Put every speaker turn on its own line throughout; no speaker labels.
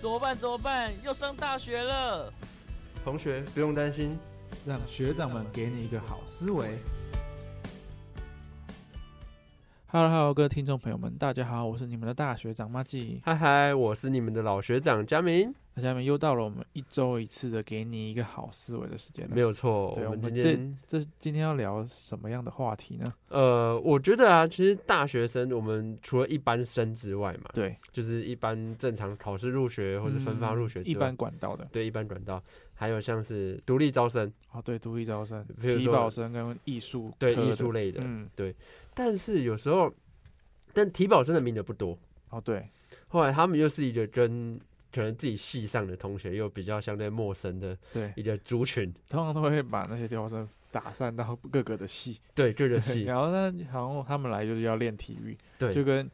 怎么办？怎么办？要上大学了！
同学不用担心，
让学长们给你一个好思维。
Hello Hello，各位听众朋友们，大家好，我是你们的大学长马季。
嗨嗨，我是你们的老学长佳明，
那下面又到了我们一周一次的给你一个好思维的时间了。
没有错。
对，我
们
们
今
这
天
这今天要聊什么样的话题呢？
呃，我觉得啊，其实大学生我们除了一般生之外嘛，
对，
就是一般正常考试入学或是分发入学
嗯
之
一
外
般管道的。
对一般管道，还有像是独立招生，
哦，对，独立招生、
比如
体
说
保生跟艺术
对
科
艺
的
术类的，
嗯，
但是有时候，但体保生的名额不多，
哦对，
后来他们又是一个跟可能自己系上的同学又比较相对陌生的
对，
一个族群，
通常都会把那些招生打散到各个的系，
对各个系，
然后呢，好像他们来就是要练体育，
对，
就跟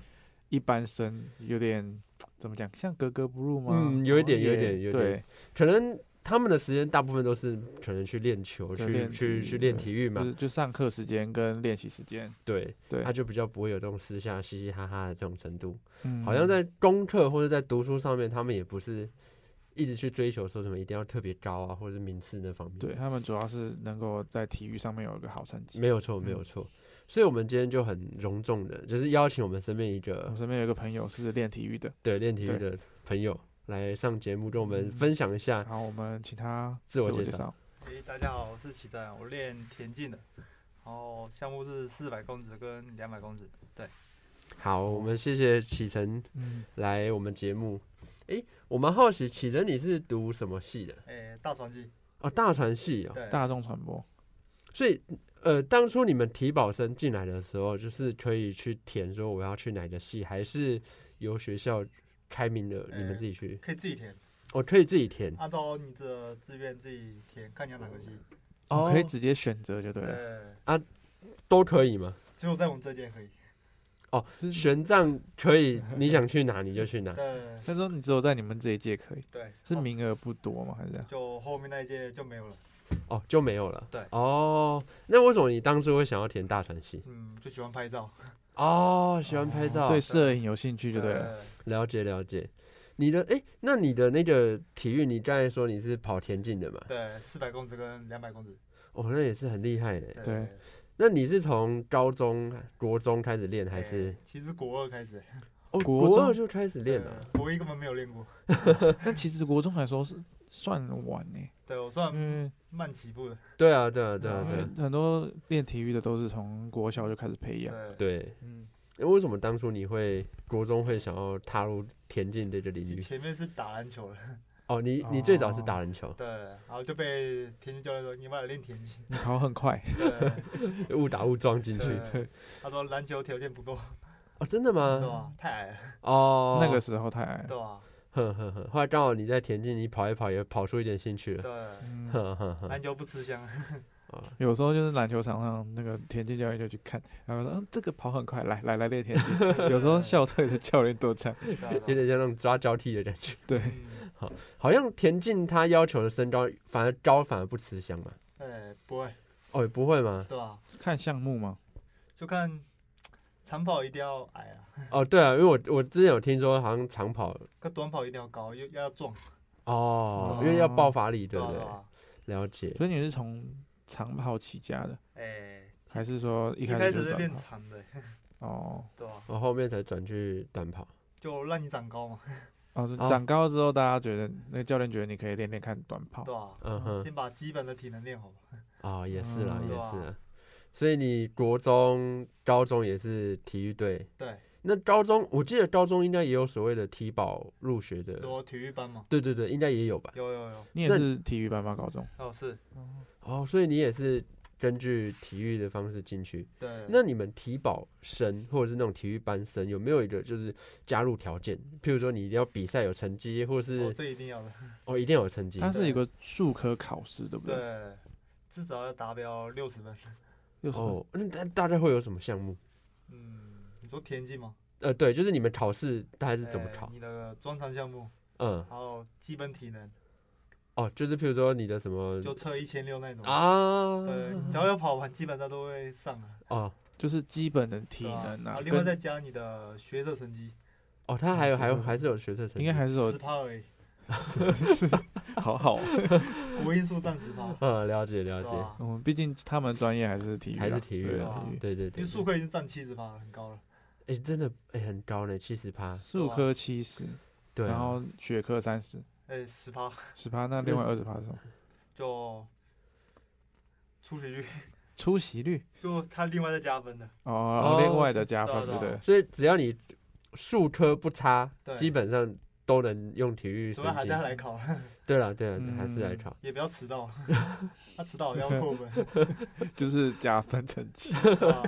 一般生有点怎么讲，像格格不入吗？
嗯有一
哦
点有一
也
点有一
对
点，可能他们的时间大部分都是可能去练球，
对
去
练体
去
育
去练
对
体育
就
嘛，
是就上课时间跟练习时间，
对，
对，
他就比较不会有这种私下嘻嘻哈哈的这种程度。
嗯
好像在功课或者在读书上面，他们也不是一直去追求说什么一定要特别高啊，或者是名次那方面。
对，他们主要是能够在体育上面有一个好成绩。
没有错，没有错。所以，我们今天就很隆重的，就是邀请我们身边一
我
个
身边有一个朋友是练体育的，
对练体育
对
的朋友来上节目，跟我们
嗯
分享一下。
然后我们请他
啊自我
我
介
介
绍
绍。
诶、大家好，我是齐仔，我练田径的，然后项目是四百公尺跟两百公尺。
好，我们谢谢启辰
嗯，
来我们节目。诶，我蛮好奇，启辰你是读什么系的？
诶、大传记，
哦，大传系哦。
对，
大众传播，
所以，呃，当初你们体保生进来的时候，就是可以去填说我要去哪个系，还是由学校开明的，你们
呃
自己去？
可以自己填，
我、可以自己填
按照你的志愿自己填，看你要哪个系。哦
哦
我可以直接选择哦就对了。
对，
都可以吗？
只有在我们这边可以。
是
玄奘可以，你想去哪你就去哪。
对
那时候你只有在你们这一届可以，
对，
是
哦
名额不多吗？还是这样？
就后面那一届就没有了。
哦，就没有了。
对
哦，那为什么你当初会想要填大传系？
嗯，就喜欢拍照。
哦，喜欢拍照。
对摄影有兴趣就对了。
对，
了解了解。你的诶，那你的那个体育，你刚才说你是跑田径的嘛？
对，四百公尺跟两百公尺。
哦，那也是很厉害的。
对，
对
诶
那你是从高中、啊国中开始练，还是、
其实国二开始
哦
国
国
中
二就开始练了、啊
对国一根本没有练过。
但其实国中来说是算晚欸呢、
对我算
因
嗯
为
慢起步的。
对啊，对啊，对啊，
因
对
为
啊
很多练体育的都是从国小就开始培养。
对，
对。
嗯，
那为什么当初你会国中会想要踏入田径这个领 域？
前面是打篮球的。
哦，你你最早是打篮球，
对，然后就被田径教练说你们来练田径。
你跑很快，
对
误打误撞进去
对他说篮球条件不够，
哦，真的
对
吗？
吧？太矮了，
哦，
那个，时候太矮了。
对吧？
哼哼哼，后来刚好你在田径，你跑一跑也跑出一点兴趣了，
对，
嗯，
哼哼哼，
篮球不吃香，
哦
有时候就是篮球场上那个田径教练就去看，然后说：“嗯，这个跑很快，来来来练田 径。”有时候校队的教练都这样。
对啊
有
对啊
点像那种抓交替的感觉，
嗯，
好像田径它要求的身高反而高反而不吃香嘛，
哎，不会，
哦，也不会 吗？
对吧？
看项目嘛，
就看长跑一定要矮啊，
哦，对啊，因为我我之前有听说好像长跑
跟短跑一定要高，又要壮，
哦，
哦
因为要爆发力，对
对
不
吧？
对
嗯对？啊吧
了解。
所以你是从长跑起家的，
哎，
还是说一
一
开
开
始
始
就
就是变
短跑？
长的，
哦
对吧？
我后面才转去短跑。
就让你长高嘛，
哦，是
哦
长高之后，大家觉得那个教练觉得你可以练练看短跑。
对吧？
嗯哼，
先把基本的体能练好吧，
哦，也是啦，
嗯
也
对啊
是啦。所以你国中、高中也是体育队。
对，
那高中，我记得高中应该也有所谓的体保入学的。
就体育班嘛，
对对对，应该也有吧。
有有有，
你也
那
是体育班吗？高中？
哦是，
哦，所以你也是根据体育的方式进去。
对，
那你们体保生或者是那种体育班生，有没有一个就是加入条件？譬如说你一定要比赛有成绩，或
哦
是
这一定要的，
哦一定要有成绩。
它是有个数科考试，对不对？
对，至少要达标六十分。
六十分。
哦，那大大家会有什么项目？
嗯，你说田径吗？
呃，对，就是你们考试大概是怎么
呃
考？
你的专长项目，
嗯，
还有基本体能，
哦，就是譬如说你的什么
就测一千六那种。
啊，
对，只要有跑完，基本上都会上啊。
哦
就是基本的体
对吧
能
然
啊，
后另外
跟
再加你的学测成绩，
哦，他还有
嗯
还有
学测
还是有学测成绩，
应该还是有
十趴而已。
是是，好好，
无因素占十趴，
嗯，了解了
对
解，
吧？
嗯，毕竟他们专业还是体育啦，
还是体育
对
啦
啊，体育
对对
因
对
为，数科已经占七十趴了，很高了。
哎，真的哎很高呢，七十趴，
数科七十，
对
然
啊，
后学科三十，
哎，十趴
十趴，那另外二十趴是什么？
就出席率，
出席率
就他另外再加分的。
哦，
哦
另外的加分，
对
对
啊
不
对啊
对？
所以只要你数科不差，
对
基本上都能用体育
主
神
要还是
经
要。来考，
对了对了，还是来
嗯
考。
也不要迟 到，他迟到也要扣分，
就是加分成绩，
对吧？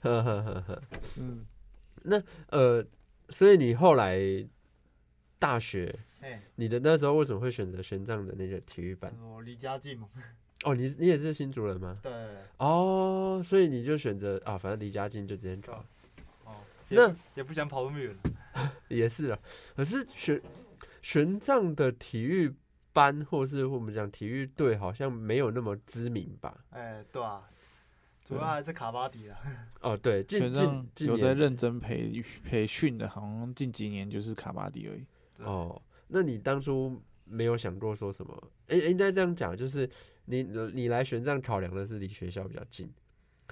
呵呵呵呵。
嗯，
呃，所以你后来大学，
哎，
你的那时候为什么会选择玄奘的那个体育班？
我离家近嘛，
哦，你你也是新竹人吗？
对，
哦，所以你就选择啊，反正离家近就直接
对
考
啊，哦，也
那
不也不想跑那么远，
也是啊。可是玄玄奘的体育班，或是我们讲体育队，好像没有那么知名吧？
哎，对啊，主
对
要还是卡巴迪了，啊
哦，对，
全
近
上
近近
有在
年
认真培培训的，好像近几年就是卡巴迪而已。
对，
哦，那你当初没有想过说什么？诶、应该这样讲，就是你你来玄奘考量的是离学校比较近，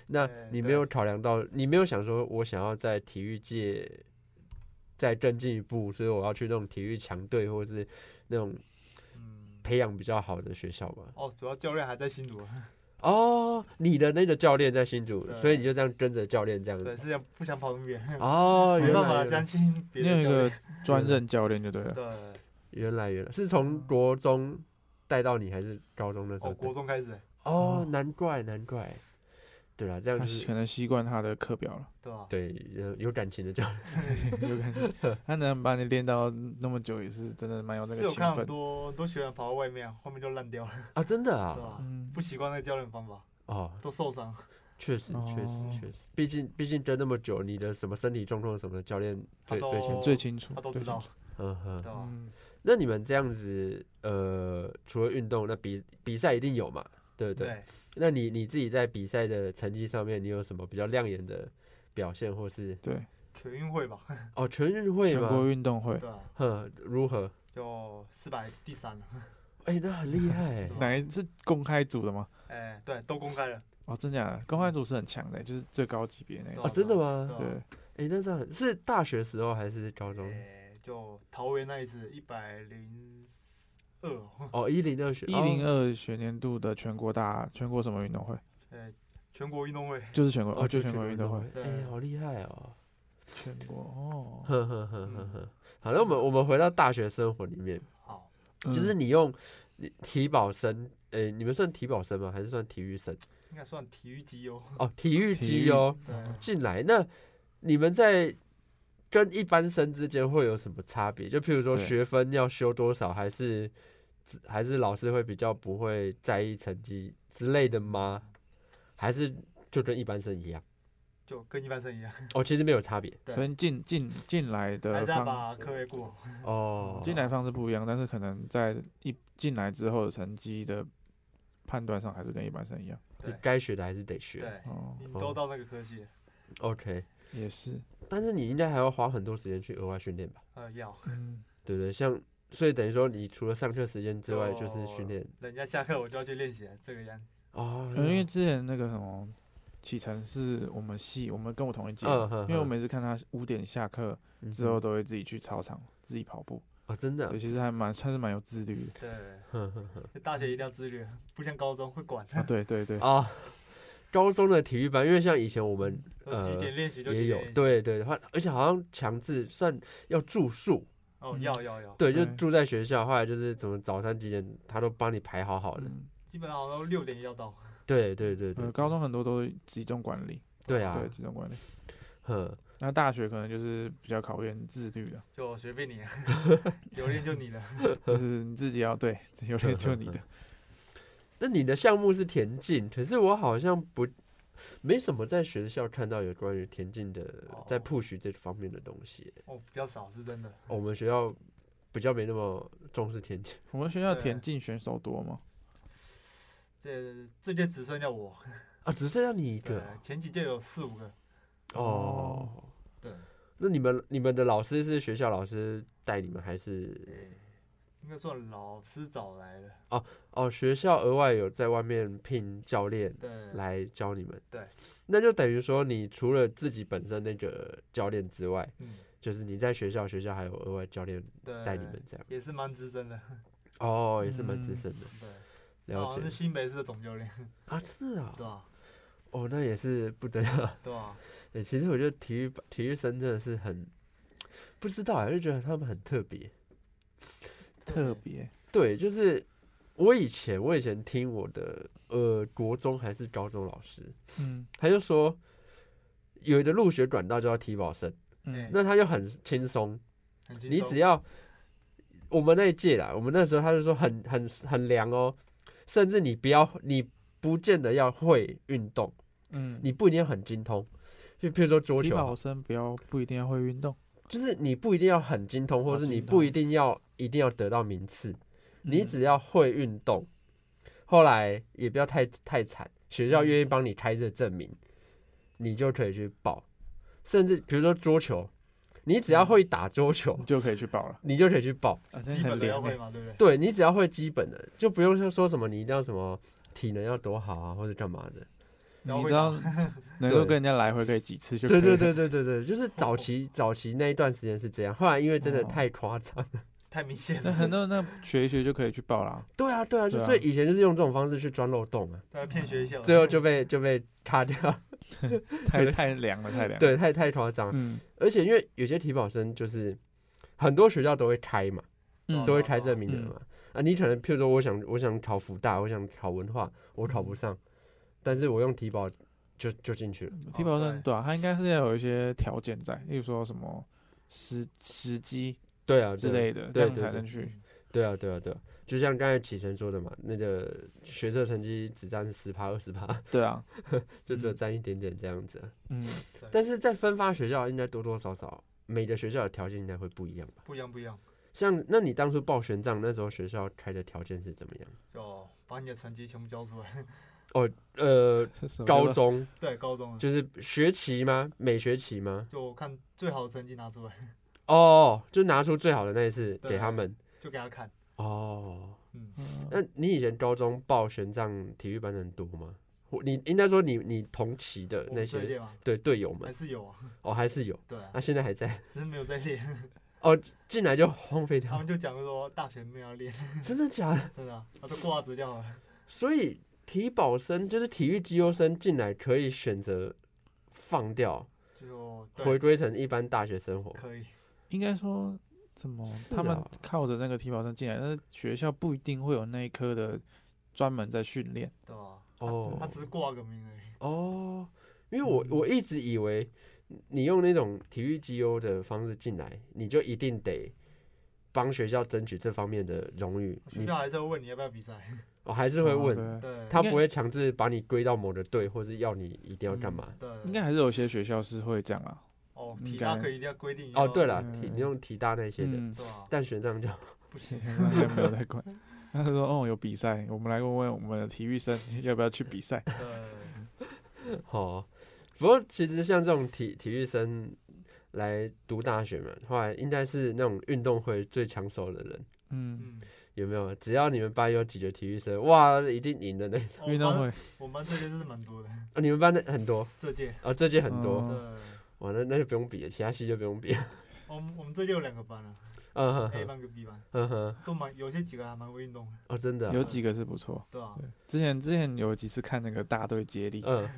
那
哎
你没
对
有考量到，你没有想说我想要在体育界再更进一步，所以我要去那种体育强队或是那种
嗯，
培养比较好的学校吧。
哦，主要教练还在新竹，啊
哦，你的那个教练在新竹，
对
所以你就这样跟着教练这样
对，
子。
是想不想跑那么远，
哦，
没
原
办
来
法
原来
相信别
你有一
的教
个
练，
专任教练就对了，
对，哦
原来原来是从国中带到你还是高中的时候
哦，
带？
国中开始，
哦
哦，
难怪难怪，对啦，这样
他
就是
可能习惯他的课表了，
对吧？啊
对啊有有感情的教练，
有感觉。他能把你练到那么久，也是真的蛮有那个
是有
兴
看很
奋。
多很多学员跑到外面，啊后面就烂掉了，
啊，真的
对
啊，
吧？
嗯，
不习惯那个教练方法，
哦，
都受伤，
确实确
哦
实确实，毕竟毕竟跟那么久，你的什么身体状况什么的，教练
他
最
都
最清楚，
最清楚，
他都
最
知
清
道啊
楚，，
嗯哼
对。吧？
嗯，
那你们这样子，呃，除了运动，那比比赛一定有嘛，对不对？
对，
那你你自己在比赛的成绩上面，你有什么比较亮眼的表现，或是
对，
全运会吧，
哦全运会
全国
吗？
运动会
对吧？
哼，如何？
就四百第三了，
哎、那很厉害、
对
哪一是公开组的吗？
哎，对，都公开了，
哦，真假的？公开组是很强的，就是最高级别那
对
哦，
种。
啊
真的吗？
对吧？
对，
哎、那这样是大学时候还是高中？
哎，就桃园那一次一百零二，
哦，一零二学
一零二学年度的全国大全国什么运动会？
哎，全国运动会，
就是全国
哦，
就
就
全国运动会，
哎、
对
好厉害哦！
全国哦，
呵呵呵呵
嗯
呵。好，那我们我们回到大学生活里面，
好，
就是
嗯
你用你体保生，哎、你们算体保生吗？还是算体育生？
应该算体育级哦，
哦，体育
体育
机哦
对，
进来。那你们在跟一般生之间会有什么差别？就譬如说
对
学分要修多少，还是还是老师会比较不会在意成绩之类的吗？还是就跟一般生一样？
就跟一般生一样，
哦，其实没有差别
对
所以进进进来
还
的
是要
方
把课业过好，
哦。
进来方式不一样，但是可能在一进来之后的成绩的判断上还是跟一般生一样。
就
对
该学的还是得学。
对，
哦，
你都到那个科系了，
OK，
也是，
但是你应该还要花很多时间去额外训练吧？
呃，要
嗯，
对不对？像所以等于说，你除了上课时间之外，就是
哦
训练
人家下课我就要去练习了，这个样子，
哦，
嗯因为之前那个什么启程是我们系，我们跟我同一届的，
嗯哼
因为我
哼
每次看他五点下课
嗯
之后
哼
都会自己去操场自己跑步，
哦，真的啊嗯
对，，其实还蛮算是蛮有自律的。
对，
哼哼哼
大学一定要自律，不像高中会管，
啊，对对对，
啊。高中的体育班，因为像以前我们
说几点练习嗯就几
也
点
有
练，习，
对对，话而且好像强制算要住宿，
哦，要要要，
对，就
对
住在学校。后来就是怎么早餐几点，他都帮你排好好的。
嗯
基本上好像六点要到，
对对对
呃，
对，
高中很多都是集中管理，
对啊
对，，集中管理。
哼，
那大学可能就是比较考验自 律了，
就随便你，有练就你了。
就是你自己要对， 有练就你 的。
那你的项目是田径，可是我好像不没什么在学校看到有关于田径的
哦
在 push 这方面的东西。
哦，比较少是真的，
我们学校比较没那么重视田径。
我们学校
对
田径选手多吗？
这这届只剩下我，
啊，只剩下你一
对
个，
前几届有四五个，
哦。
对，
那你们你们的老师是学校老师带你们，还是
诶应该算老师找来的，
哦，学校额外有在外面聘教练
对，
来教你们，
对，
那就等于说你除了自己本身那个教练之外，
嗯，
就是你在学校，学校还有额外教练
对，
带你们这样。
也是蛮资深的，
哦，也是蛮资
嗯
深的，
对，他
了
好像哦是
解
新北市的总教练，
啊，是啊，
对吧？
哦，那也是不得了。
对啊吧？
对，其实我觉得体育班体育生真的是很不知道欸，还是觉得他们很特别。
特别
对，就是我以前我以前听我的呃国中还是高中老师，
嗯
他就说有的入学管道叫体保生，
哎
嗯
那他就很轻松，
很轻
你
松
只要我们那一届啦，我们那时候他就说很很很凉哦，甚至你不要你不见得要会运动，
嗯，
你不啊一定要很精通，就譬如说桌
体
球
保
好，
生不要不一定要会运动，
就是你不一定要很精通，或者是你
哦精
不一
通
定要一定要得到名次，你
嗯
只要会运动，后来也不要太太惨，学校愿意帮你开这证明，你就可以去报，甚至比如说桌球，你只要会打桌球
你，就可以去报了，
你就可以去报。
啊真的
基本
很
的要
凉
会
欸，
嘛，对不对？
对你只要会基本的，就不用说说什么你一定要什么体能要多好啊，或者干嘛的。
只要
你
会
知道
打
能够
对
跟人家来回可以几次就可以
对对
了，
对对对对，就是早期早期那一段时间是这样，后来因为真的
哦
太夸张了。
太明显
那
了，
很多人那学一学就可以去报啦，
对啊对啊，就
对啊
所以以前就是用这种方式去钻漏洞啊，
大家骗学校，
最后就
哦
被就被卡掉。
啊太
对
太凉了，太 凉。，
对，太太夸张了。
嗯，
而且因为有些体保生就是很多学校都会开嘛，
嗯
都会
哦
开证明的嘛。啊，你可能譬如说我想我想考福大，我想考文化，我考
嗯
不上，但是我用体保就就进去了。
体
哦
保生
对
对啊，他应该是要有一些条件在，例如说什么时时机
对啊，对
之
啊
类的，这
对
样
对
才
对
能去。
对啊，对啊，对啊，就像刚才启辰说的嘛，那个学测成绩只占十趴、二十趴，
对啊，
就只有占一点点这样子啊、
嗯，
但是在分发学校，应该多多少少每个学校的条件应该会不一样吧？
不一样不一样，
像，那你当初报玄奘那时候学校开的条件是怎么样？
就哦把你的成绩全部交出来。
呃，
嗯啊
高 中
对，高中就
就是学期吗？每学期吗？
就看最好的成绩拿出来，
哦，就拿出最好的那一次
对
给他们。
就给他看。
哦，
嗯，
嗯，
那你以前高中报玄奘体育班的人多吗？或你应该说你你同期的
我
那
们这一
些
届嘛，
对队友们
还。是有啊，
哦，还是有，
对啊
那、，现在还在，
只是没有在练。
进来就荒废
他
掉
们，就讲说大学没有要练，
真的假的？
真的啊，他都挂职掉了。
所以体保生就是体育绩优生进来可以选择放掉，
就
回
对，
归成一般大学生活。
可以，
应该说怎么
是
他们
啊
靠着那个体保生进来，但是学校不一定会有那一科的专门在训练。
对吧？他
哦
只是挂个名而已。
哦，因为我
嗯
我一直以为你用那种体育绩优的方式进来，你就一定得。帮学校争取这方面的荣誉，
学
你
校还是会问你要不要比赛，
我、还是会
哦
问，
对
对，
他
应该
不会强制把你归到某个队，或是要你一定要干嘛。
对，
应该还是有些学校是会这样啦。
哦，
应
体
该
大可以一定要规定。
哦，对，了，体
嗯
你用体大那些的，
嗯，
对吧？
但选上就
不行
现， 在没有在管。他说：“哦，有比赛，我们来问问我们的体育生要不要去比 赛。
对，
哦，不过其实像这种体体育生来读大学嘛，后来应该是那种运动会最抢手的人，”
嗯，
嗯，
有没有？只要你们班有几个体育生，哇，一定赢的那种。
哦
运动，会
我们班我们班这届真是蛮多的，
哦，你们班的很多
这届，
哦，这届很多，
嗯
对，
哇，那那就不用比了，其他系就不用比了。
我们我们这届有两个 班啊
嗯哼
，A
哼，
班跟 B 班，
嗯哼，
都蛮有些几个还蛮会运动的，
哦，真的啊、
有几个是不错。
对吧？
对，之前之前有几次看那个大队接
呃
力，
嗯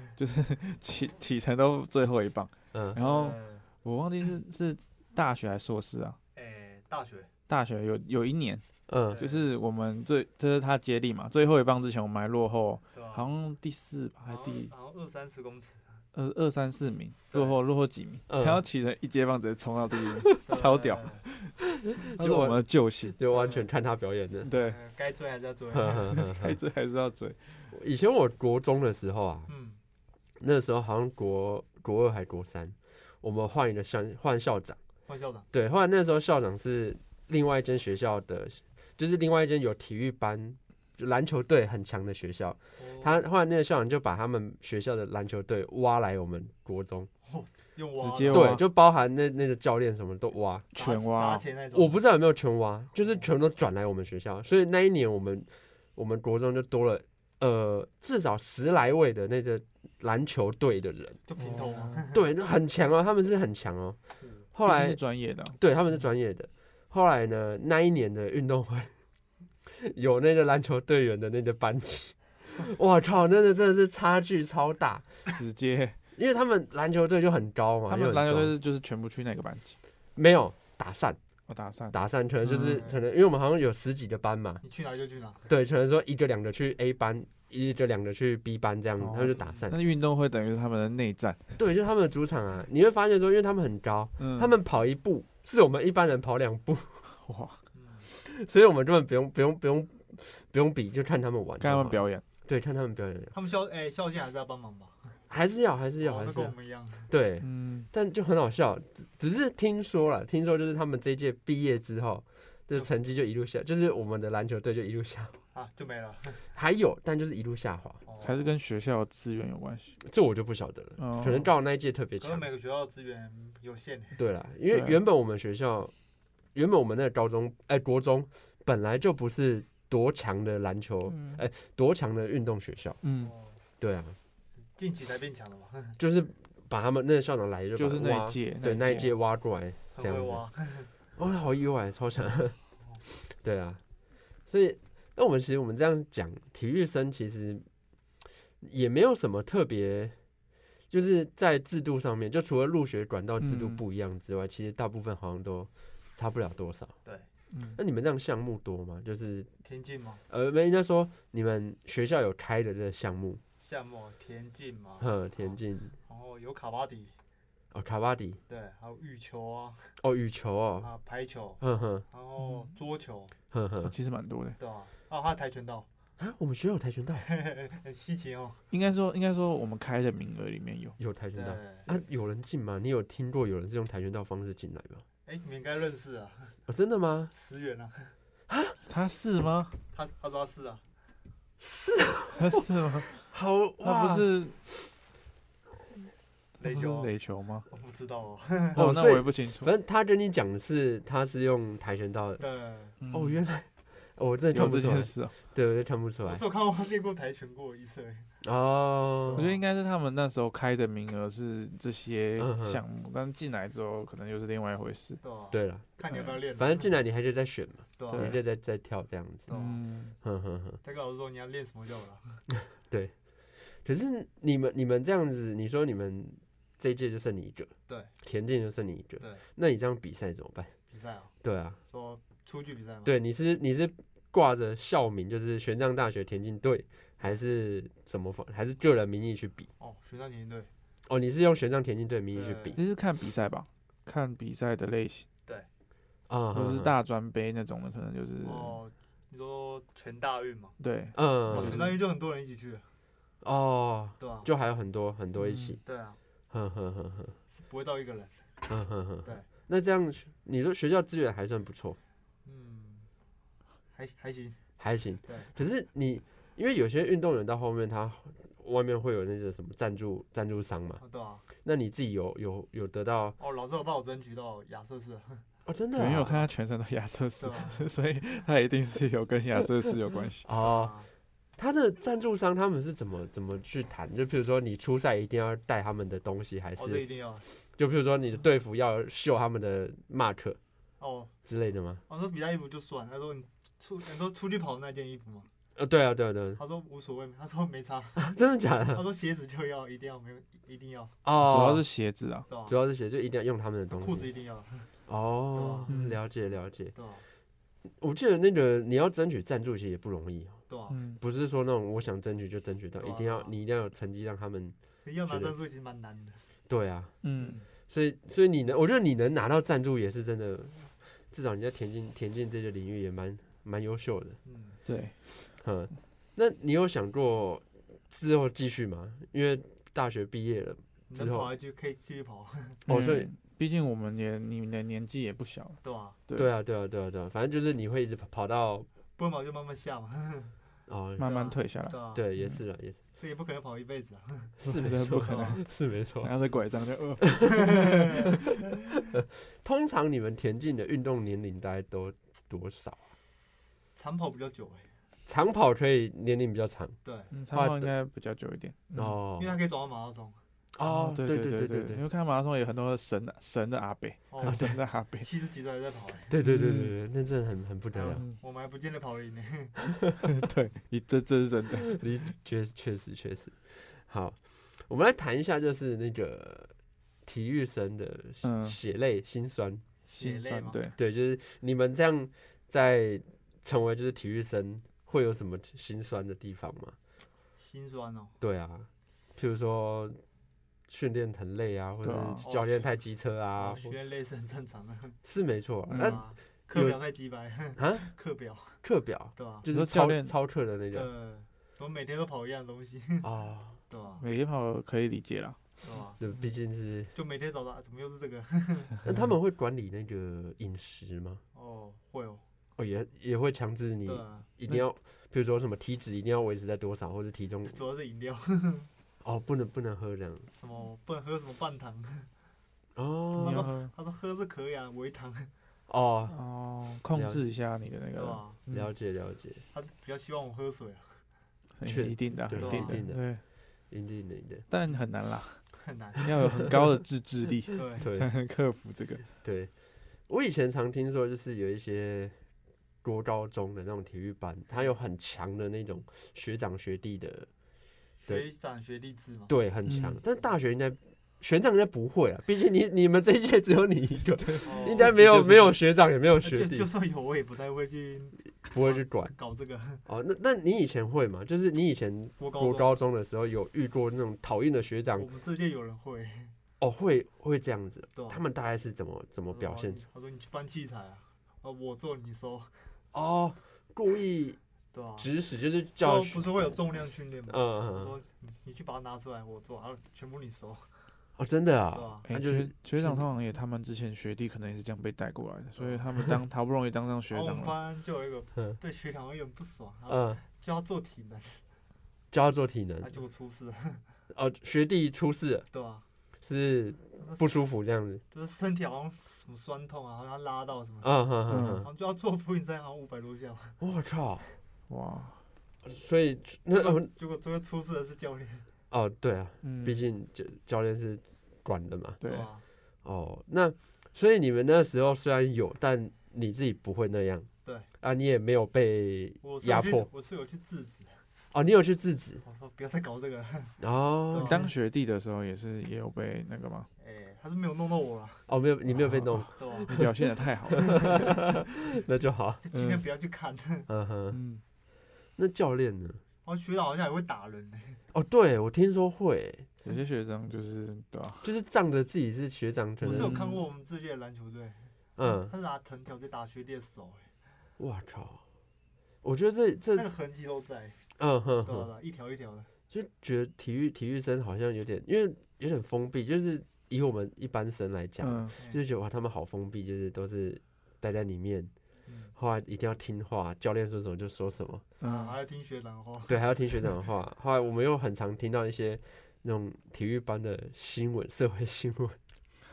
启启程都最后一棒，
呃
嗯，
然后
对
我忘记是是大学还是硕士啊？
诶，大学，
大学有有一年，
嗯，
就是我们最就是他接力嘛，最后一棒之前我们还落后，
对吧？
好像第四吧，还
好像
第
好像二三十公尺，
二二三四名，
对呃
落后落后几名，
嗯
然后起人一接棒直接冲到第一 名，超屌
对，
他是我们的救 星。
就完全看他表演 的。嗯
对，
呃该追还是要追，
哼哼哼
该
哼
追还是要追。
以前我国中的时候啊，
嗯，
那时候好像国国二还国三，我们换一个校换校长。
换校长，
对，后来那时候校长是另外一间学校的，就是另外一间有体育班篮球队很强的学校，
哦
他后来那个校长就把他们学校的篮球队挖来我们国中，
用啊挖
直接
的
挖
对，就包含那那个教练什么都挖，
砸
全挖
砸钱那种，
我不知道有没有全挖，就是全都转来我们学校，所以那一年我们我们国中就多了呃至少十来位的那个篮球队的人，
就平头嘛，
对，那很强哦，他们是很强哦。后
嗯毕竟
来
是专业的啊，
对他们是专业的，后来呢那一年的运动会 有那个篮球队员的那个班 级，我靠，那个真的是差距超大，
直接
因为他们篮球队就很高嘛，
他
又
们
很
篮球队
壮
是就是全部去那个班级，
没有打散
我打散，
打散，可能就是
嗯
可能因为我们好像有十几个班嘛。
你去哪就去哪，
对，可能说一个两个去 A 班，一个两个去 B 班这样，
哦
他们就打散。
那运动会等于是他们的内战，
对，就是他们的主场啊，你会发现说，因为他们很高，
嗯，
他们跑一步是我们一般人跑两步，
哇，
嗯
所以我们根本不用不用不用不用比，就看他们玩就
看
好了。
他们表演，
对，看他们表演，
他们校哎校庆还是要帮忙吧，
还是要还是要
哦
还
那
是
跟我
要
们一样，
对，
嗯，
但就很好笑，只只是听说了，听说就是他们这一届毕业之后，就是成绩就一路下，就是我们的篮球队就一路下，
啊就没了，
还有但就是一路下滑，
哦
还是跟学校资源有关系，
这我就不晓得了，
哦
可能到那一届特别
可能
强。
每个学校的资源有限，
对啦，因为
对啊
原本我们学校，原本我们那个高中，哎、国中本来就不是多强的篮球，
嗯
哎多强的运动学校。
嗯，
哦
对啊，
近期才变强的嘛，
就是把他们那个校长来就把
就是那
挖
一届，
对那一届挖过来，
很
这样
会
子
挖，
哦，好意外，超强。 对啊，所以那我们其实我们这样讲，体育生其实也没有什么特别，就是在制度上面，就除了入学管道制度
嗯
不一样之外，其实大部分好像都差不了多少。
嗯，
那你们这样项目多吗？就是
田径嘛，
呃，没应该说你们学校有开的这个项目，
夏末田径嘛，
呵，田径
然后有卡巴迪，
哦，卡巴迪
对，还有羽球啊，
哦，羽球哦，嗯
啊排球，
呵呵
然后桌球，
呵
哦
呵
其实蛮多的，
对吧？啊，还有跆拳道，
啊，我们学校有跆拳道，
很稀奇哦，
应该说应该说我们开的名额里面有，
有跆
对
拳道。啊，有人进吗？你有听过有人是用跆拳道方式进来吗？
哎，你们应该认识啊，
哦，真的吗？
石原啊，
他是吗？
他他说他是啊，
他是吗？
好，
他不是
雷
他不是
球啊，
垒球吗？
我不知道哦，
哦
哦，那
所
我
以
也不清楚
反。正他跟你讲的是他是用跆拳道。
对，
嗯
哦，原来哦我真的
有
看不
这
出
件
来，
事哦，
对，我真的看不出
我
来
是。有看过他练过跆拳过一次而已，
哦
我觉，得应该是他们那时候开的名额是这些
嗯哼
项目，但进来之后可能又是另外一回事。
对吧？，
对了，
看你要不要练啊，
反正进来你还是在选嘛，
对
你
吧，
就在在跳这样子。
对吧？
嗯，
哼哼哼。
再跟老师说你要练什么就有了，
可是你们你们这样子，你说你们这一届就剩你一个，
对，
田径就剩你一个，
对，
那你这样比赛怎么办？
比赛啊，
对啊，
说出去比赛吗？
对，你是你是挂着校名，就是玄奘大学田径队，还是怎么方，还是个人名义去比？
哦，学校田径队，
哦，你是用玄奘田径队名义去
对
比
这是看比赛吧，看比赛的类型，
啊？
如果是
嗯，
大专杯那种的，可能就是
哦，你说全大运嘛，
对，
哦，
嗯，
全大运就很多人一起去，
哦，
对吧？
就还有很多很多一起，
对啊，
哼哼哼哼
是不会到一个人，
哼哼哼。
对，
那这样你说学校资源还算不错，
嗯，还还行，
还行。
对，
可是你因为有些运动员到后面他外面会有那个什么赞助赞助商嘛，
哦对啊，
那你自己有有有得到
哦，老师有帮我争取到亚瑟士，
哦，真的、
因
啊、。
为我看他全身都亚瑟士
对，啊，
所以他一定是有跟亚瑟士有关系
哦，他的赞助商他们是怎么怎么去谈？就譬如说你出赛一定要带他们的东西，还
哦，这
是
一定要，
就譬如说你的队服要秀他们的 mark
哦，
之类的吗？
我说比赛衣服就算，他说你出你说出去跑那件衣服吗？
呃，对啊，对啊，对
他说无所谓，他说没差，
啊，真的假的？
他说鞋子就要一定要没有一定要，
哦，
主要是鞋子啊，
对吧
主？要是鞋就一定要用他们的东西。
裤子一定要，
哦，
对啊嗯
了解了解。
对吧？
我记得那个你要争取赞助其实也不容易哦，
对吧？
嗯，
不是说那种我想争取就争取到，
对啊
一定要你一定要有成绩让他们。
要拿
觉得
赞助其实蛮难的，
对啊，
嗯，
所以所以你能，我觉得你能拿到赞助也是真的，至少你在田径田径这个领域也蛮蛮优秀的。
嗯，
对，
嗯，那你有想过之后继续吗？因为大学毕业了，
你
之
能
后
跑下去可以继续跑，
哦所以
嗯毕竟我们也你们的年纪也不小了，
对吧？
对
啊对啊，对啊，对啊，对啊，反正就是你会一直跑跑到
不能跑就慢慢下嘛，
哦，
慢慢退下来，
对 啊，
对，也是了，也是
这也不可能跑一辈子啊。
是
对
没
不
错，
可能，
是没错。
拿着拐杖就 呃，
通常你们田径的运动年龄大概都多少？
长跑比较久哎，
长跑可以年龄比较长
对，
嗯长
啊
跑应该比较久一点。
嗯
哦
因为他可以走到马拉松，
哦，
对
对
对
对
对
对
因为看马拉松有很多神的神的阿伯，
哦
很，神的阿伯，
七十几岁还在跑哎，
对对对对对，那真的很很不得了，
嗯，
我们还不见得跑得赢呢。
对，你这这是真的，
你确确实确实好。我们来谈一下，就是那个体育生的血
嗯
血泪辛酸。
血
心
泪
酸
嘛，
对。
对，就是你们这样在成为就是体育生，会有什么心酸的地方吗？
心酸哦。
对啊，譬如说训练很累啊，或
对啊
者是教练太机车啊，
哦
或
学院类是很正常的，
是没错啊。
嗯
对
那
啊课表太鸡掰，
啊，
课表
课表
对吧？
就
你说
是
教
超
练
超课的那种
对，我每天都跑一样的东西，
哦
啊，
对吧？
每天跑可以理解啦，
对吧？
对，毕竟 是
就每天早上怎么又是这个？
那他们会管理那个饮食吗？
哦，会哦，
哦，也也会强制你
对啊，
一定要，譬如说什么体脂一定要维持在多少，或者体重
主要是饮料，
哦，不能不能喝这样
什么不能喝什么半糖，
哦
你 要
说
喝
他说喝是可以啊，微糖，
哦，
哦，控制一下你的那
对
啊
个，
吧？
嗯
了解了解，
他是比较希望我喝水啊，
嗯
确
一定的，
对
一
对啊
定
一定的
的，对，
一定的一定的，
但很难啦，
很难，
要有很高的自 制力
对，
对
才能克服 这个。
对，我以前常听说，就是有一些国高中的那种体育班，他有很强的那种学长学弟的，对
学长学弟制嘛，
对，很强。
嗯
但大学应该学长应该不会啊，毕 竟你你们这一届只有你一个，
哦
应该没有
自己就是
没有学长也没有
呃
学
就
弟
就，算有我也不太会去
不会去管。
搞这个，
哦，那那你以前会吗？就是你以前
我高
国
中
高中的时候有遇过那种讨厌的学长
我？们这届有人会，
哦，会会这样子，
对吧？
他们大概是怎么怎么
他说
表
哦
现
你
出？
他说你去搬器材啊，啊我做你收，
哦，故意
对吧？
指使就是叫
哦就不是会有重量训
嗯
练吗？
嗯
我
嗯
说你你去把它拿出来，我做，然后全部你收，
哦，真的
对
啊。
吧？
哎、
那就是
学学长
是哦
通常也，他们之前学弟可能也是这样被带过来的，所以他们当好不容易当上 学
然后我
长
们
了，
班就有一个
嗯
对学长有点不爽，然后
嗯，
就要做体能，
教他做体能
他，结果出事了，
哦，学弟出事了
对吧？
是
他说
不舒服这样子，
就是身体好像什么酸痛啊，好像拉到什么，
嗯哼哼
然
哼，
后就要做俯卧撑，好像五百多下吧，
我靠，
哇，
所以那哦
结果最后出事的是教练，
哦对啊，
嗯，
毕竟啊教教练是管的嘛，
对，
吧？
哦，那所以你们那时候虽然有，但你自己不会那样，
对，
啊，你也没有被
我是有
压
去
迫，
我是有去制止的，
哦，你有去制止，
我说不要再搞这个了，
哦
你当学弟的时候也是也有被那个吗？
哎，他是没有弄到我了，
哦，没有，你没有被 弄，
对吧？
你 表现的太好了，
那就好，
就今天不要去看， 然
嗯哼，
嗯，
那教练呢？
后学长好像也会打人呢，
哦，对，我听说会，
有些学长就是对吧、
就是仗着自己是学长，可
我是有
能，
看过我们这届的篮球队，
嗯，
他是拿藤条在打学弟的手，哎
我靠，我觉得这这
那，个痕迹都在，
嗯哼
对吧？对啊
哼，
吧一条一条的，
就觉得体育体育生好像有点，因为有点封闭，就是以我们一般生来讲，
嗯，
就是觉得哇，他们好封闭，就是都是待在里面，
嗯，
后来一定要听话，教练说什么就说什么，
啊，还
嗯，
要听学长的 话，
对，还要听学长的话。后来我们又很常听到一些那种体育班的新闻，社会新闻。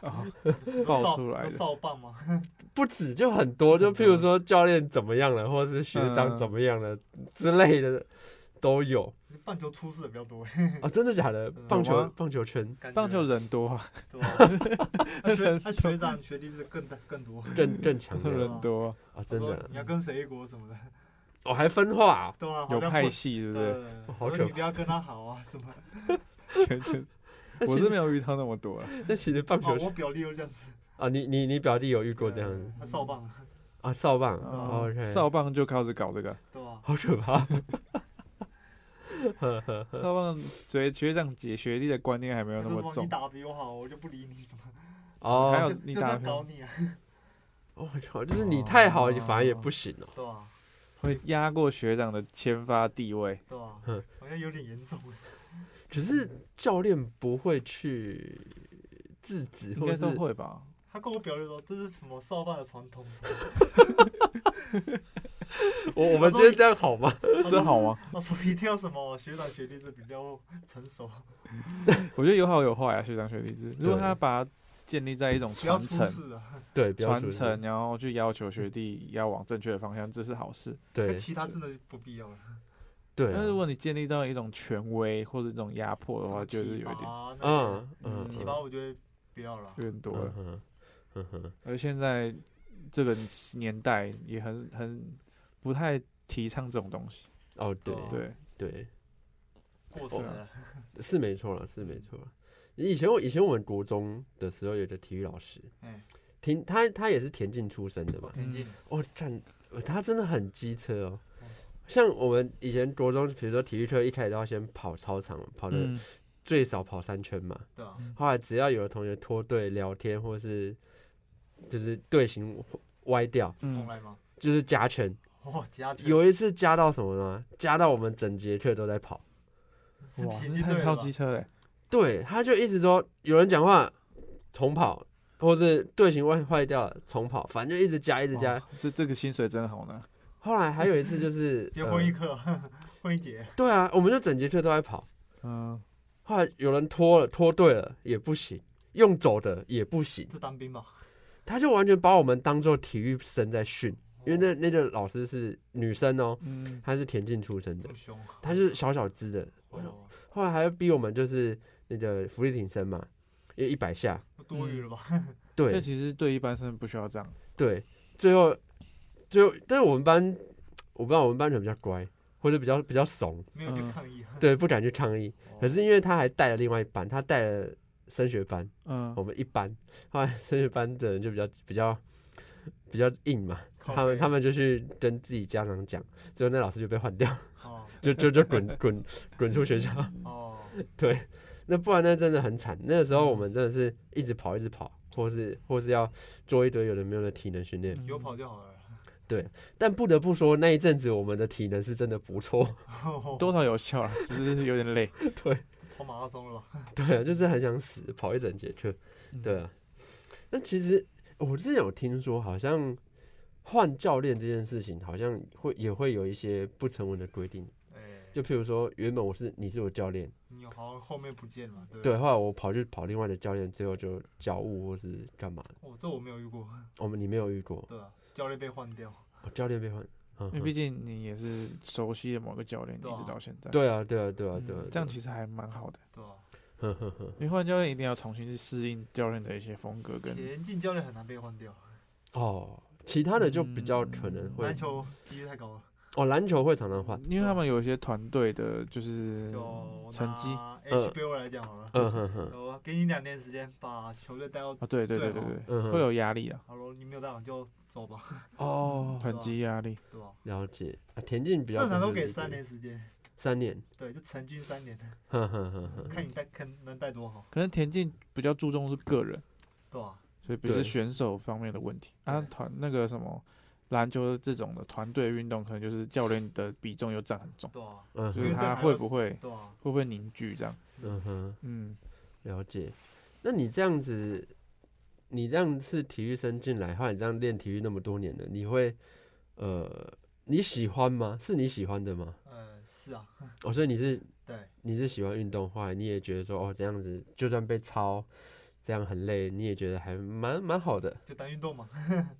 哦，
都
爆
扫
出来的
都扫棒吗？
不止就很多，就
很
譬如
多
说教练怎么样了，或者是学长
嗯
怎么样了之类的都有
棒球出事的比较多，
啊，真的假的？
嗯
棒
有
球
吗
棒球圈
感觉
棒球人多啊，
对吧？ 他学他学长学弟是更大更多，
更
嗯
更强 的
人多啊、
啊，
他
真
说
的
你要跟谁一国什么的，
哦，还分化啊
对吧？好
有
像
派
不
系，对不对？
呃，
好
我
可
说你不要跟他好啊什么的，
那
我
其
是
实
没有遇到那么多啊，
那其实棒
哦
球，圈
我表弟又这样子，
啊，你你你表弟有遇过这样
对他扫棒，
啊？扫棒
嗯哦
，OK，
少棒就开始搞 这个，
对吧？
好可怕，
少棒学学长姐学弟的观念还没有
他
那
说
么
什么
重
哦你，打得比我好，我就不理你什么，
还有哦
哦，
你
就是
打
要
得
搞 你啊，
我靠，就是你太好反而也不行哦，
对吧？
会压过学长的先发地位，
对吧
嗯？
好像有点严重，
只是
嗯
教练不会去制止，
应
或者
该都
是
会吧？
他跟我表弟说这是什么扫棒的传统什么的。
我我们今天这样好吗？
他
这好吗？
我说一定要什么学长学弟制比较成熟，
我觉得有好有坏啊，学长学弟制。如果他把它建立在一种
不要
传
出
承、
事啊！
对，不要
传
出事
承，然后去要求学弟要往正确的方向，这是好事。
那
对
其他真的不必要了。
对
但
啊，
是如果你建立到一种权威或者一种压迫的话，就是有一点
点嗯，
嗯嗯
提
嗯
拔我觉得不要了。
有点多
嗯
了。
哼嗯哼，
而现在这个年代也很很不太提倡这种东西。
哦对
对啊
对，
对，
过时
哦
了，
是没错了，是没错啦。以前我以前我们国中的时候，有一个体育老师
嗯，
田他他也是田径出身 的嘛，
田径
哦，干，呃他真的很机车哦。像我们以前国中，比如说体育课一开始都要先跑操场，跑的
嗯，
最少跑三圈嘛。
对吧？
后来只要有的同学脱队聊天，或是就是队形歪掉，
嗯
就重来吗？
就是加拳。
哦，加权
嗯 有一次加到什么呢？加到我们整节课都在跑。
是
哇，
田
这
径队
太
了
超
吧
机车嘞！
对，他就一直说有人讲话重跑，或是队形歪坏掉了重跑，反正就一直加一直加
哇。这这个薪水真好呢。
后来还有一次就是
结
呃
婚一课， 婚一节，
对啊，我们就整节课都在跑。
嗯，
后来有人拖了，拖对了也不行，用走的也不行，
这当兵吧？
他就完全把我们当做体育生在训，因为那那个老师是女生哦，
嗯，
她是田径出身
这
的
么，凶，
她是小小只的，
哦，
后来还要逼我们就是那个浮力挺身嘛，也一百下，
多余了吧？
嗯
这
对
其实对一般生不需要这样。
对，最后最后，但是我们班我不知道我们班可能比较乖，或者比较比较怂，
没有去
嗯
抗议。哦
对，不敢去抗议，可是因为他还带了另外一班，他带了升学班。
嗯
我，们一班，后来升学班的人就比较比较比较硬嘛，
靠
他们
背
他们就去跟自己家长讲，最后那老师就被换掉，
哦
就就就滚滚滚出学校。
哦，
对，那不然那真的很惨。那个时候我们真的是一直跑一直跑，或是或是要做一堆有的没有的体能训练。
有跑就好了。
但不得不说，那一阵子我们的体能是真的不错。
多少有效啊， 只是有点累。
跑马拉松了吧？
对啊，就是很想死，跑一整节课。
嗯
对啊，那其实我之前有听说，好像换教练这件事情，好像会也会有一些不成文的规定。
哎，
就譬如说，原本我是你是我教练，
你好像后面不见了，对不
对，？后来我跑去跑另外的教练，最后就教务或是干嘛的。
哦，这我没有遇过，
我们你没有遇过，
对啊，教练被换掉，
哦、教练被换，嗯
因为
哼
毕竟你也是熟悉的某个教练，
对啊
一直到现 在。
对啊，对啊，对啊，
嗯
对啊，
这样其实还蛮好的。
对吧？
呵呵呵，
因为换教练一定要重新去适应教练的一些风格
嗯
跟
田径教练很难被换掉，
哦，其他的就比较可能会
嗯篮球几率太高了。
哦，篮球会常常换，
因为他们有一些团队的，就是
啊就
成绩
HBO 来讲好了，
呃嗯哼哼，
我给你两年时间把球队带到，
啊，对对对
最
对
好
对，
嗯
会
哼，
有压力啊，
好了，你没有带好就走吧，
哦，
团级压力。
嗯对啊吧？
了解啊，田径比较
正常都
就是
给
一
三
个
年时间，
三年，
对，就成军三年，
呵呵呵呵。
看你带看能带多好，
可能田径比较注重是个人，
对吧？
所以不是
对
选手方面的问题。啊，
对
团那个什么篮球这种的团队运动，可能就是教练的比重又占很重，
对吧？
嗯
就是
因为
哼，
这
他
还
会
要
不会
对吧？
会不会凝聚这样？
嗯哼，
嗯，
了解。那你这样子，你这样是体育生进来，后来你这样练体育那么多年了，你会呃你喜欢吗？是你喜欢的吗？
呃，是啊，
哦，所以你是
对，
你是喜欢运动，后来你也觉得说哦这样子，就算被操，这样很累，你也觉得还蛮蛮好的
就当运动嘛，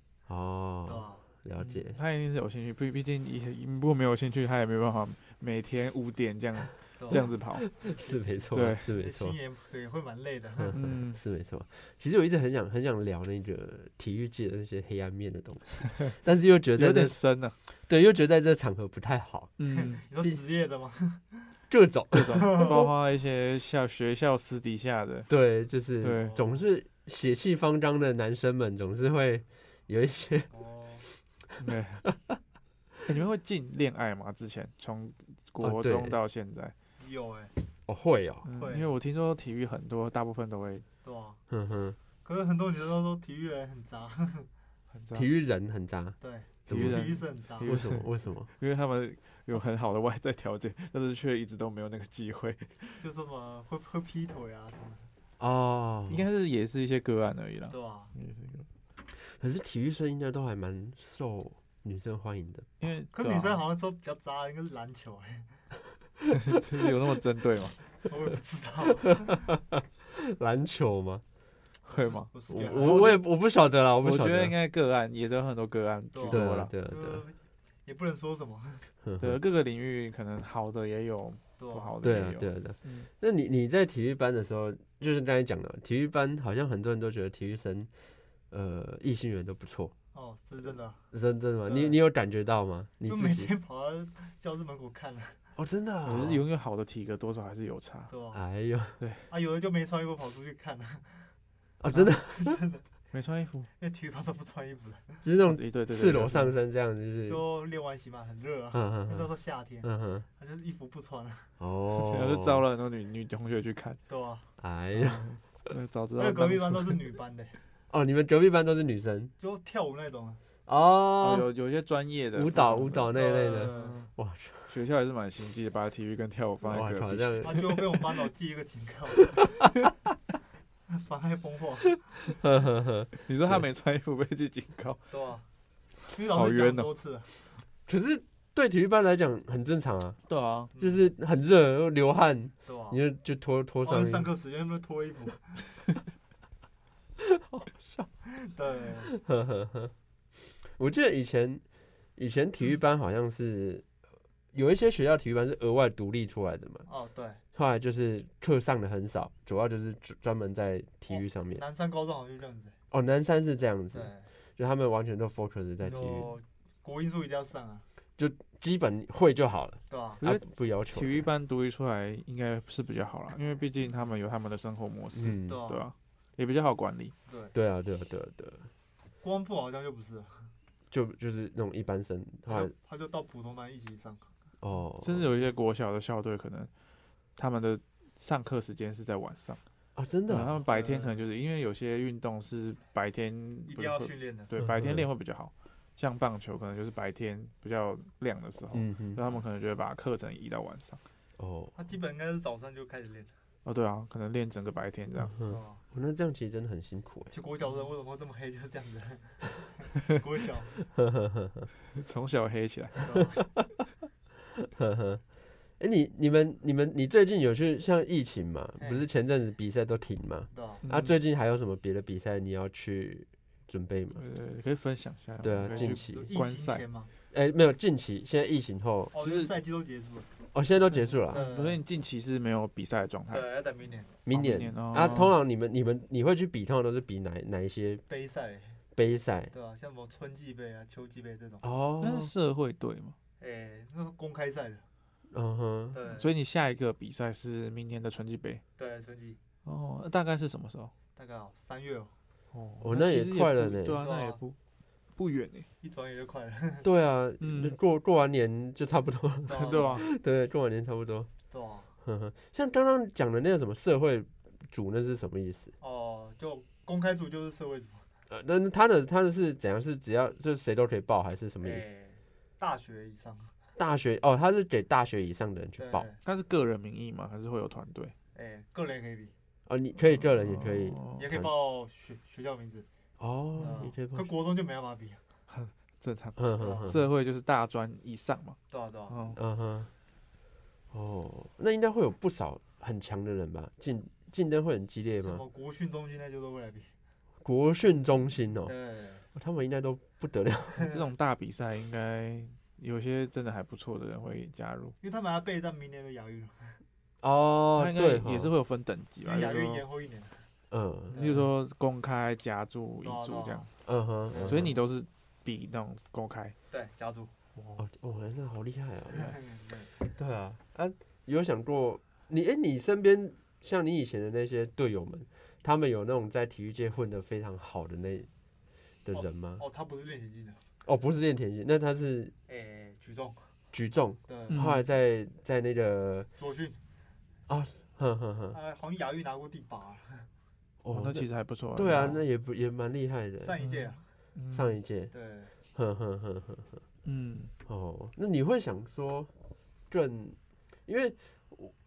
对啊
哦。
吧？
了解
嗯，他一定是有兴趣，毕毕竟也如果没有兴趣，他也没办法每天五点这样
对吧
这样子跑。
是没错，
对
是没
这
错
心。也也会蛮累的，
嗯，
是没错。其实我一直很想很想聊那个体育界的那些黑暗面的东西， 但是又觉得在
有点
这
深啊。
对又觉得在这场合不太好，
嗯，
你说职业的吗？
各种
各 种包括一些校学校私底下的，
对，就是
对
总是血气方刚的男生们总是会有一 些
哦，
对。 欸你们会进恋爱吗？之前从国
啊对
中到现在，
有哎，
哦会哦，
嗯
会
因为我听说体育很多，大部分都会
对吧？
哼嗯哼，
可是很多女生都说体育人很渣，
很
体育人很渣，
对，
怎
啊体育
么
人
体育是很渣
体，育
为什么为什 么？
因为他们有很好的外在条件，但是却一直都没有那个机会，
就什么会会劈腿啊什么的，
哦，
应该是也是一些个案而已啦。
对吧？
也是一个
可是体育生应该都还蛮受女生欢迎的。
因为
可
对啊
女生好像说比较渣，应该是篮球哎、
有那么针 对吗？
我也不知道，
篮球吗？
会吗？
我是
我
觉得
我我也我不晓得啦，我不
啊我
晓
觉
得
得应。该个案也都有很多个案居
对啊
多嗯
对
了
啊，，对啊，对啊嗯
呃也不能说什么，
呵
对
呵
各个领域可能好的也有，
对
不
吧？
好的
对
也
啊
有。，
对啊，对啊。
嗯
那你你在体育班的时候，就是刚才讲的，体育班好像很多人都觉得体育生，呃，异性缘都不错，
哦，是真的，
真真的
啊
吗？你
对
你有感觉到吗？你
就
自
每
己
天跑到教室门口看了，
哦，真的、啊
我，是拥有好的体格，多少还是有差。
对吧？
哎呦，
啊，有的就没穿衣服跑出去看了，
哦，真的，
没穿衣服，
因为体育班都不穿衣服的，
就是那种
对对对，
赤
有
裸
时候
上身这样，就是，
就练完洗嘛，很热啊，
嗯
那
嗯
时
嗯
候夏天，
嗯哼，
他就是衣服不穿了，
哦，
然后就招了很多女女同学去看，
对吧？
哎呀，
呃早知
嗯
因
道
为
当
隔壁班
初
都是女班的，
哦，你们隔壁班都是女生
就跳舞那种啊，
哦
哦，
有有些专业的
舞蹈舞蹈那一类的，
呃
哇
学校还是蛮心机的，把体育跟跳舞放
哇
在
靠，
隔
这
壁。
样，
他就被我们班导记一个警告， 妨害风化，
呵呵呵。
你说他没穿衣服被记警告，
对吧？因为老
啊
师讲很多次了，
可是对体育班来讲很正常啊，
对啊，
嗯
就是很热又流汗，
对吧
你？就就脱脱
我
哦
上
们
衣
上课时间都脱衣服，好笑。对，
呵呵呵， 我记得以前以前体育班好像是有一些学校体育班是额外独立出来的嘛，
哦对，
后来就是课上的很少，主要就是专专门在体育上
哦
面。
南山高中好像就这样子，
哦，南山是这样子，
对，
就他们完全都 focus 在体育，
就国英数一定要上啊，
基本会就好了，
对吧？
我觉
啊
得、
不要求
体。育班独立出来应该是比较好啦，因为毕竟他们有他们的生活模式，
嗯
对，
对
啊，
吧？也比较好管理。
对，
对啊，对啊，对啊，对啊，
光复好像就不是了，
就就是那种一般生，后
他
来
就他就到普通班一起上，
哦，
甚至有一些国小的校队，可能他们的上课时间是在晚上，
啊，真的
对他
啊、
们白天可能就是因为有些运动是白天
一
不
定要
会
训练的，
对
嗯
白天
嗯
练会比较好，像棒球可能就是白天比较亮的时候，
嗯
所以
哼，
他们可能就会把课程移到晚上。
哦，
他基本应该是早上就开始练，
哦，对啊，可能练整个白天这样。
对
嗯，
吧？
那这样其实真的很辛苦哎、
就国小生为什么会这么黑，就是这样子， 国小，
嗯
从小黑起来。
对吧
呵呵，哎、你你们你们你最近有去像疫情嘛？
哎
不是前阵子比赛都停嘛？
对吧？
嗯
啊，最近还有什么别的比赛你要去准备吗？
呃，可以分享一下。
对啊
可以
近
去
期
就疫
观
情
赛
前嘛，
哎、没有，近期现在疫情后，
哦，
就
就是是赛季都结束了，
哦，现在都结束了啊、
对，
所以你近期是没有比赛的状态。
嗯
哦
对，要等明年
明
明
年
年哦
啊，通常你们你们你会去比，通常都是比哪哪一些
杯赛，
杯赛？
对吧？像什么春季杯啊、秋季杯这种，
哦，
那是社会队嘛，
哎，那是公开赛的，
嗯哼，
对，
所
以
以你下一个比赛是明年的春季杯。
对春季
哦，大概是什么时候？
大概哦三月哦，
哦
哦那
其
也
实
快
不
了呢
对啊，
对
那也
啊
不不远呢。
一转眼就快了，
对啊，
嗯
那过过完年就差不多 了，
对啊，
对，过完年差不多。
对啊，
呵呵，像刚刚讲的那个什么社会主，那是什么意思？
哦，就公开组就是社会组，
呃，那那他的他的是怎样？是只要就是谁都可以报，还是什么意思？
哎，大学以上
大学哦，他是给大学以上的人去
对，
报
它是个人名义嘛，还是会有团队？
哎，个人也可以比，
哦，你可以个人也可以
哦
也可以
团
报学学校名字，
哦，你可以
对吧
报
嗯跟，国中就没办法比，
正常。
嗯哼哼，
社会就是大专以上嘛。
对啊对啊，
哦，
嗯哼，哦，那应该会有不少很强的人吧？竞竞争会很激烈
什
吗？
么国训中心那就都会来比，
国训中心哦，
对，
他们应该都不得了，
啊
这种大比赛应该有些真的还不错的人会加入。
因为他们还要备战明年的亚运，
哦
它，应
对哦
该
哈，
也是会有分等级
因
吧，
为亚
比如
运
说
延后一年，
嗯
例如说公开、夹注、
对啊
乙注这
对啊
样，
嗯哼，嗯
所以
哼
你都是比那种公开。
对，家族，
哦哦，那真的好厉害哦，
对
对啊，啊，有想过你哎、诶你身边像你以前的那些队友们，他们有那种在体育界混得非常好的那的人吗？
哦，他不是练田径的，
哦，不是练田径，那他是
哎，举重，
举重，
对，
嗯
后来在在那个，
左训，
呵呵呵，
呃，好像亚运拿过第八，
哦
哦，，
那其实还不错。
对啊，
哦
那也不也蛮厉害的，
上一届啊，
嗯
上一届，
对，
呵呵呵呵，
嗯，
哦，那你会想说更，因为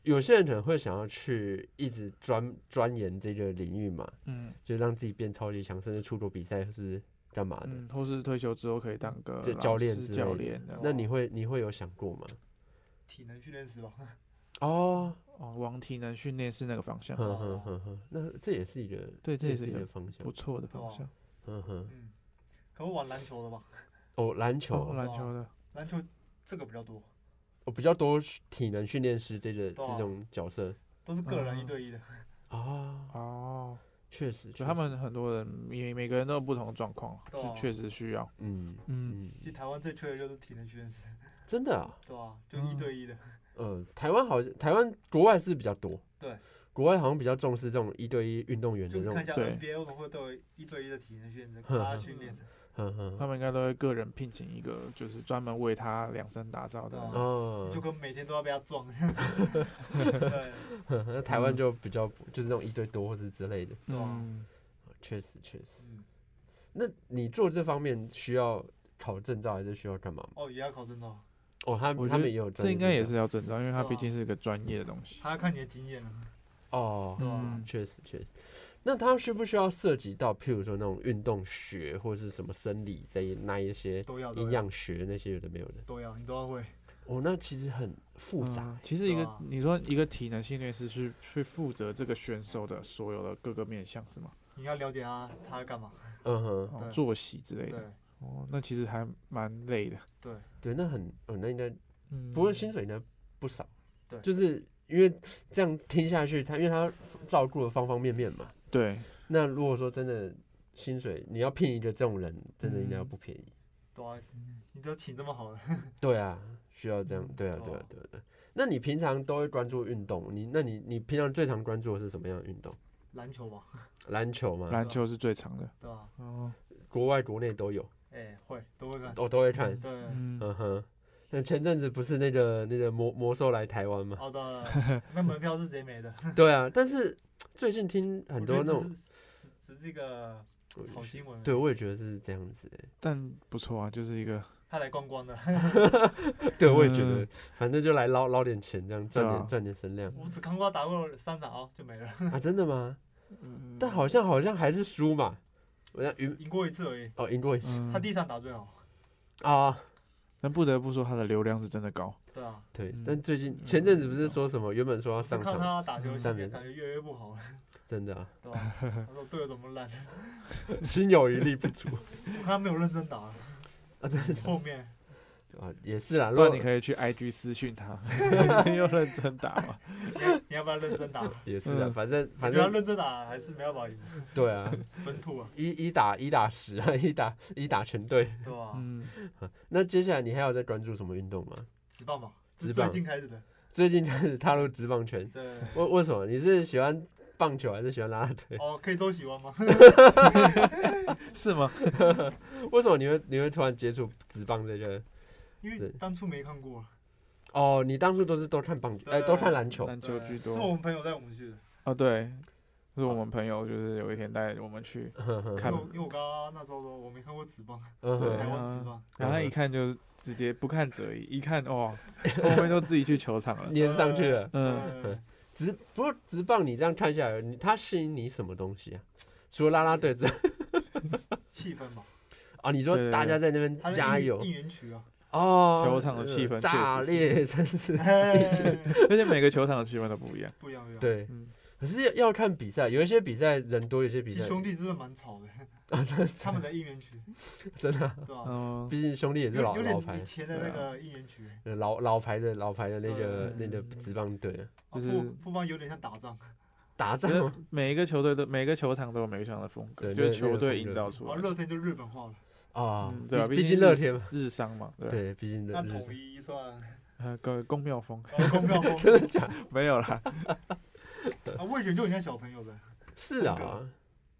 有些人可能会想要去一直钻钻研这个领域嘛，
嗯，
就让自己变超级强，甚至出国比赛是干嘛的？
嗯，或是退休之后可以当个
啊这
老
教练
师
之类
教
的
练这样，
那你会你会有想过吗？
体能训练师吧，
哦，
哦，往体能训练是那个方向，
哼哼哼哼，那这也是一个
对，
嗯这
这也
也
是
是
一
一个
个
方向
不。错的
对
方
啊
向。
嗯哼，
嗯，可能玩篮球的吧，
哦，篮球
哦，
啊
篮
哇
球的，
篮球这个比较多，
哦比较多体能训练师这个
对啊
这种角色
都是个人
啊
一对一的，
啊，
哦，
确实，
就
确
他
实
们很多人每每个人都有不同的状况，
对
就
啊
确实需要，
嗯
嗯，
嗯，
其实台湾最缺的就是体能训练师，
真的啊，
对吧、就一对一的，
嗯，台湾好像台湾国外是比较多，
对，
国外好像比较重视这种一对一运动员的
就
那
看一
种，
下
对
NBA 为什么会都有一对一的体能训练师，大家训练的，
哼哼，
嗯他们应该都会个人聘请一个，就是专门为他量身打造的
对啊
那种。
哦
就，跟每天都要被他撞，对，
那台湾就比较就是那种一对多或是之类的，
对啊
嗯，
确实确实。
嗯，
那你做这方面需要考证照还是需要干嘛吗？
哦，也要考证照，
哦，他
我
们
觉
他们也
得
有
这
专业证照，
应该也是要证照，因为它
对啊
毕竟是个专业的东西。
还要看你的经验啊，
哦，
对啊
嗯
确实确实。那他需不需要涉及到，譬如说那种运动学或是什么生理这一那一些
都要都
营
要
养学那些有的没有的？
都要，你都要会，
哦，那其实很复杂。
嗯其实一
对
个、
啊
你说一个体能训练师去去负责这个选手的所有的各个面向是吗？
你要了解他他要干嘛，
嗯哼，
哦
对，
作息之类的。
对
哦，那其实还蛮累的。
对，
对，那很哦，那应该
嗯，
不过薪水应该不少。
对
就是因为这样听下去，他因为他照顾了方方面面嘛。
对，
那如果说真的薪水，你要聘一个这种人，真的应该
嗯
不便宜。
对啊，你都请这么好了，
对啊，需要这样。对啊，
哦
对啊，对啊，对啊。那你平常都会关注运动？你那你你平常最常关注的是什么样的运动？
篮球吧，
篮球吗？
篮球是最长的。
对吧？
哦，
国外国内都有，
哎，会都会看，
我都会看。
对，
嗯，
嗯哼，那前阵子不是那个那个魔魔兽来台湾吗？
好的，那门票是谁没的？
对啊，但是最近听很
我
多
觉
那
得
种，
只是只只是一个炒新闻，
对，我也觉得是这样子、欸
但不错啊，就是一个
他来观光的，
对，我也觉得，嗯反正就来捞捞点钱，这样赚
对啊
点赚点 声量
我只看过他打过三场哦，就没了，
啊，真的吗？但好像好像还是输嘛，我像赢
赢过一次而已。
哦赢过一次
他
嗯，
第一场打最好，
啊，
但不得不说他的流量是真的高。
对啊，
对
嗯，
但最近前阵子不是说什么原本说要
我只
上
看
场，
他打球，
但
现
没打
在感觉越来越不好了，
真的啊，
对吧？他说队友怎么烂，
心有余力不足
我看他没有认真 打，
啊，真的
后面
啊也是啦，如
不
果
然你可以去 IG 私 讯他，又认真打嘛。
你要不要认真打？
也是啦，
嗯
反正
我
反
觉得他
正
认真打还是没办法赢，
对啊，
本土啊，
一一打一打十啊，一打一打成队。
对吧？
嗯，
那接下来你还有在关注什么运动吗？
直棒吧，是
职棒
最近开 始的，
最近开始踏入职棒圈，
对。
为为什么？你是喜欢棒球还是喜欢啦啦队？
哦，可以都喜欢吗？
是吗？
为什么你会你会突然接触职棒这个？
因为
对
当初没看过，
哦，你当初都是都看棒球，哎、
对
都看篮球，
篮球
对
居
是我
多。
们朋友带我们去的，
哦，对，是
啊
我们朋友，就是有一天带我们去
因为
看
我因为我刚刚那时候说我没看过职棒，
嗯
对
台
哼，
湾职棒，
然后他一看就是直接不看则已，一看 哇，后面都自己去球场了。
粘上去了。
嗯，
呃，
直不过直棒，你这样看下来，你它吸引你什么东西啊？除了啦啦队之 外，
气氛吧，
啊，你说
对对对
大家在那边
它是
加
应
油
应援 曲啊，
哦，
球场的气氛
呃炸
确实是
裂，真 是
而且每个球场的气氛都不一样。
不一样，不一样。
对。
嗯，
可是要要看比赛，有一些比赛人多，有些比
其实
赛哦
兄弟真的 蛮吵的，他们的应援曲，
真的啊，
对吧？
哦，
毕竟兄弟也是
有
老
有
老
点
牌
以，前的那个应援曲，
呃老老牌的老牌的那个那
对
个职棒队啊
啊
就是
副副帮有点像打仗，
打仗
觉得每一个球队都每个球场都有每个球场的风格，
对
就是
那
球
那个
队
风格
营造出
然
来。
后啊热天就日本化了，
啊
嗯，对啊
毕
毕
毕竟
竟是
乐天嘛，
日商嘛，对，啊
对，毕竟
那
乐
统
日
一算啊
呃，个公庙风
呃公票 风，
真的假的？
没有啦。
啊，味觉就很像小朋友的，
是
风
啊
格，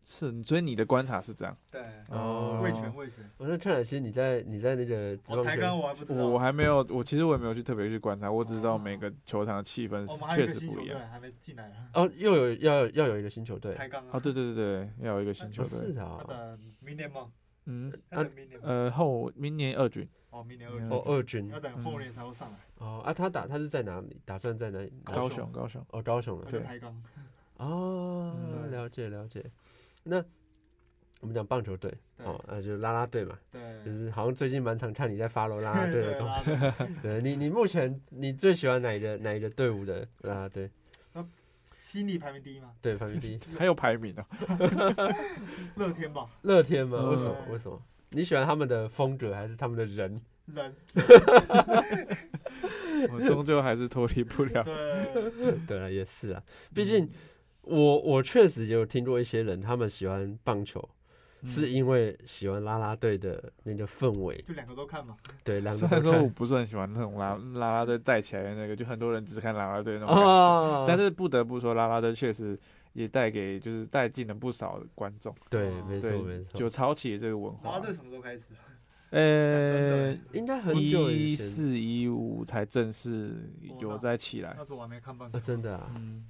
是，所以你的观察是这样。
对，
哦
味全味全，
我说看来其实你在你在那个职
我
棒
哦台
圈
钢我还不知道，哦
我
我
还没有，我其实我也没有去特别去观察，我只知道每个球场的气氛
哦们
是
还有
确
一个
实
新
不
球
一
队
样。
还没进来啊，
哦，又有要有要有一个新球队，
台钢啊
哦，，对对对对，要有一个新球
哦
队。
是
要
啊，
等明年吗？
嗯，
要等明年吗？
呃，后明年二军，
哦，明年二
嗯
月，
哦二军
要等后年才会上来。
哦啊，他打他是在哪里？打算在哪里？
高
高
雄
雄高雄。
哦高雄了
那，
对
就抬杠，
哦
嗯，
了解了解。那我们讲棒球队
对
哦，那就啦啦队嘛，就
对
是好像最近蛮常看你在 follow 啦啦队的
嗯对
东
啦
西。啊对你，你目前你最喜欢哪一个哪一个队伍的啦啦队？
心理排名第一吗？
对，排名第一，
还有排名哦、
乐天吧，
乐天吗？
嗯
为什么？为什么？你喜欢他们的风格还是他们的人？
人
我终究还是脱离不了。
对
对啊，也是啊，
嗯
毕竟我我确实有听过一些人，他们喜欢棒球，
嗯
是因为喜欢啦啦队的那个氛围，
就两个都看嘛。
对，两
虽
个
然
都
说我
看
不是很喜欢那种啦啦啦队带起来的那个，就很多人只看啦啦队那种感觉，
哦，
但是不得不说啦啦队确实也带给就是带进了不少观众，
对，没错
哦对
没，错，
就炒起了这个文
啦
化
啦。队什么时候开始？
呃，
应该很久以
一
前，
四一五才正式有在起来
那，时候我还没看棒球
啊，真的啊，
嗯，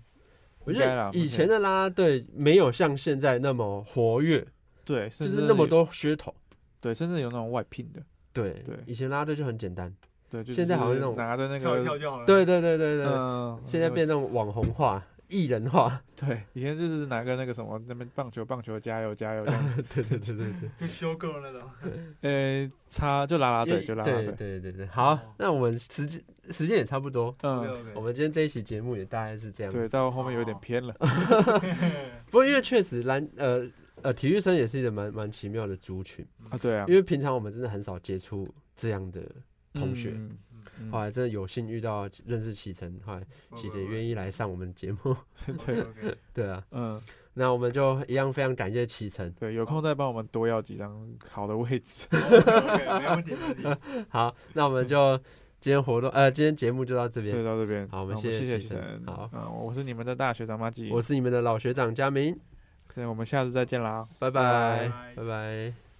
我觉
应该啦
得以前的啦啦队没有像现在那么活跃，
对，
就
甚至
是那么，多噱头。
对，甚至有那种外聘的，
对
对
以前啦啦队就很简单。
对，就
现在好像
是
那种
拿着那
跳一跳
个，
就好了。
对对对对对，
嗯，
现在变那种网红化、艺人化。
对，以前就是拿个那个什么，那边棒球棒球加油加油这 样子，
对对对对对。
就修够了那种。
呃，差就啦啦队就啦啦
对
队，
对对对，好，那我们时间时间也差不多，
嗯，
对
我 们今天这一期节目也大概是这样。
对，到后面有点偏 了，
对，
不过因为确实篮呃呃体育生也是一个蛮蛮奇妙的族群，
啊，对啊
因，为平常我们真的很少接触这样的同学。
嗯嗯
后来真的有幸遇到认识启程，后来启程也愿意来上我们节目，
对，OK，OK，
对啊，
嗯，
那我们就一样非常感谢启程。
对，有空再帮我们多要几张好的位置，
没问题，没问题。
好，那我们就今天活动呃今天节目就到这
就
边，
到这边。
好我
我
们
们
谢谢
谢
启程
晨。
好
嗯，我是你们的大学长马吉，
我是你们的老学长佳明，啊
对，我们下次再见啦。
拜拜
拜拜
拜拜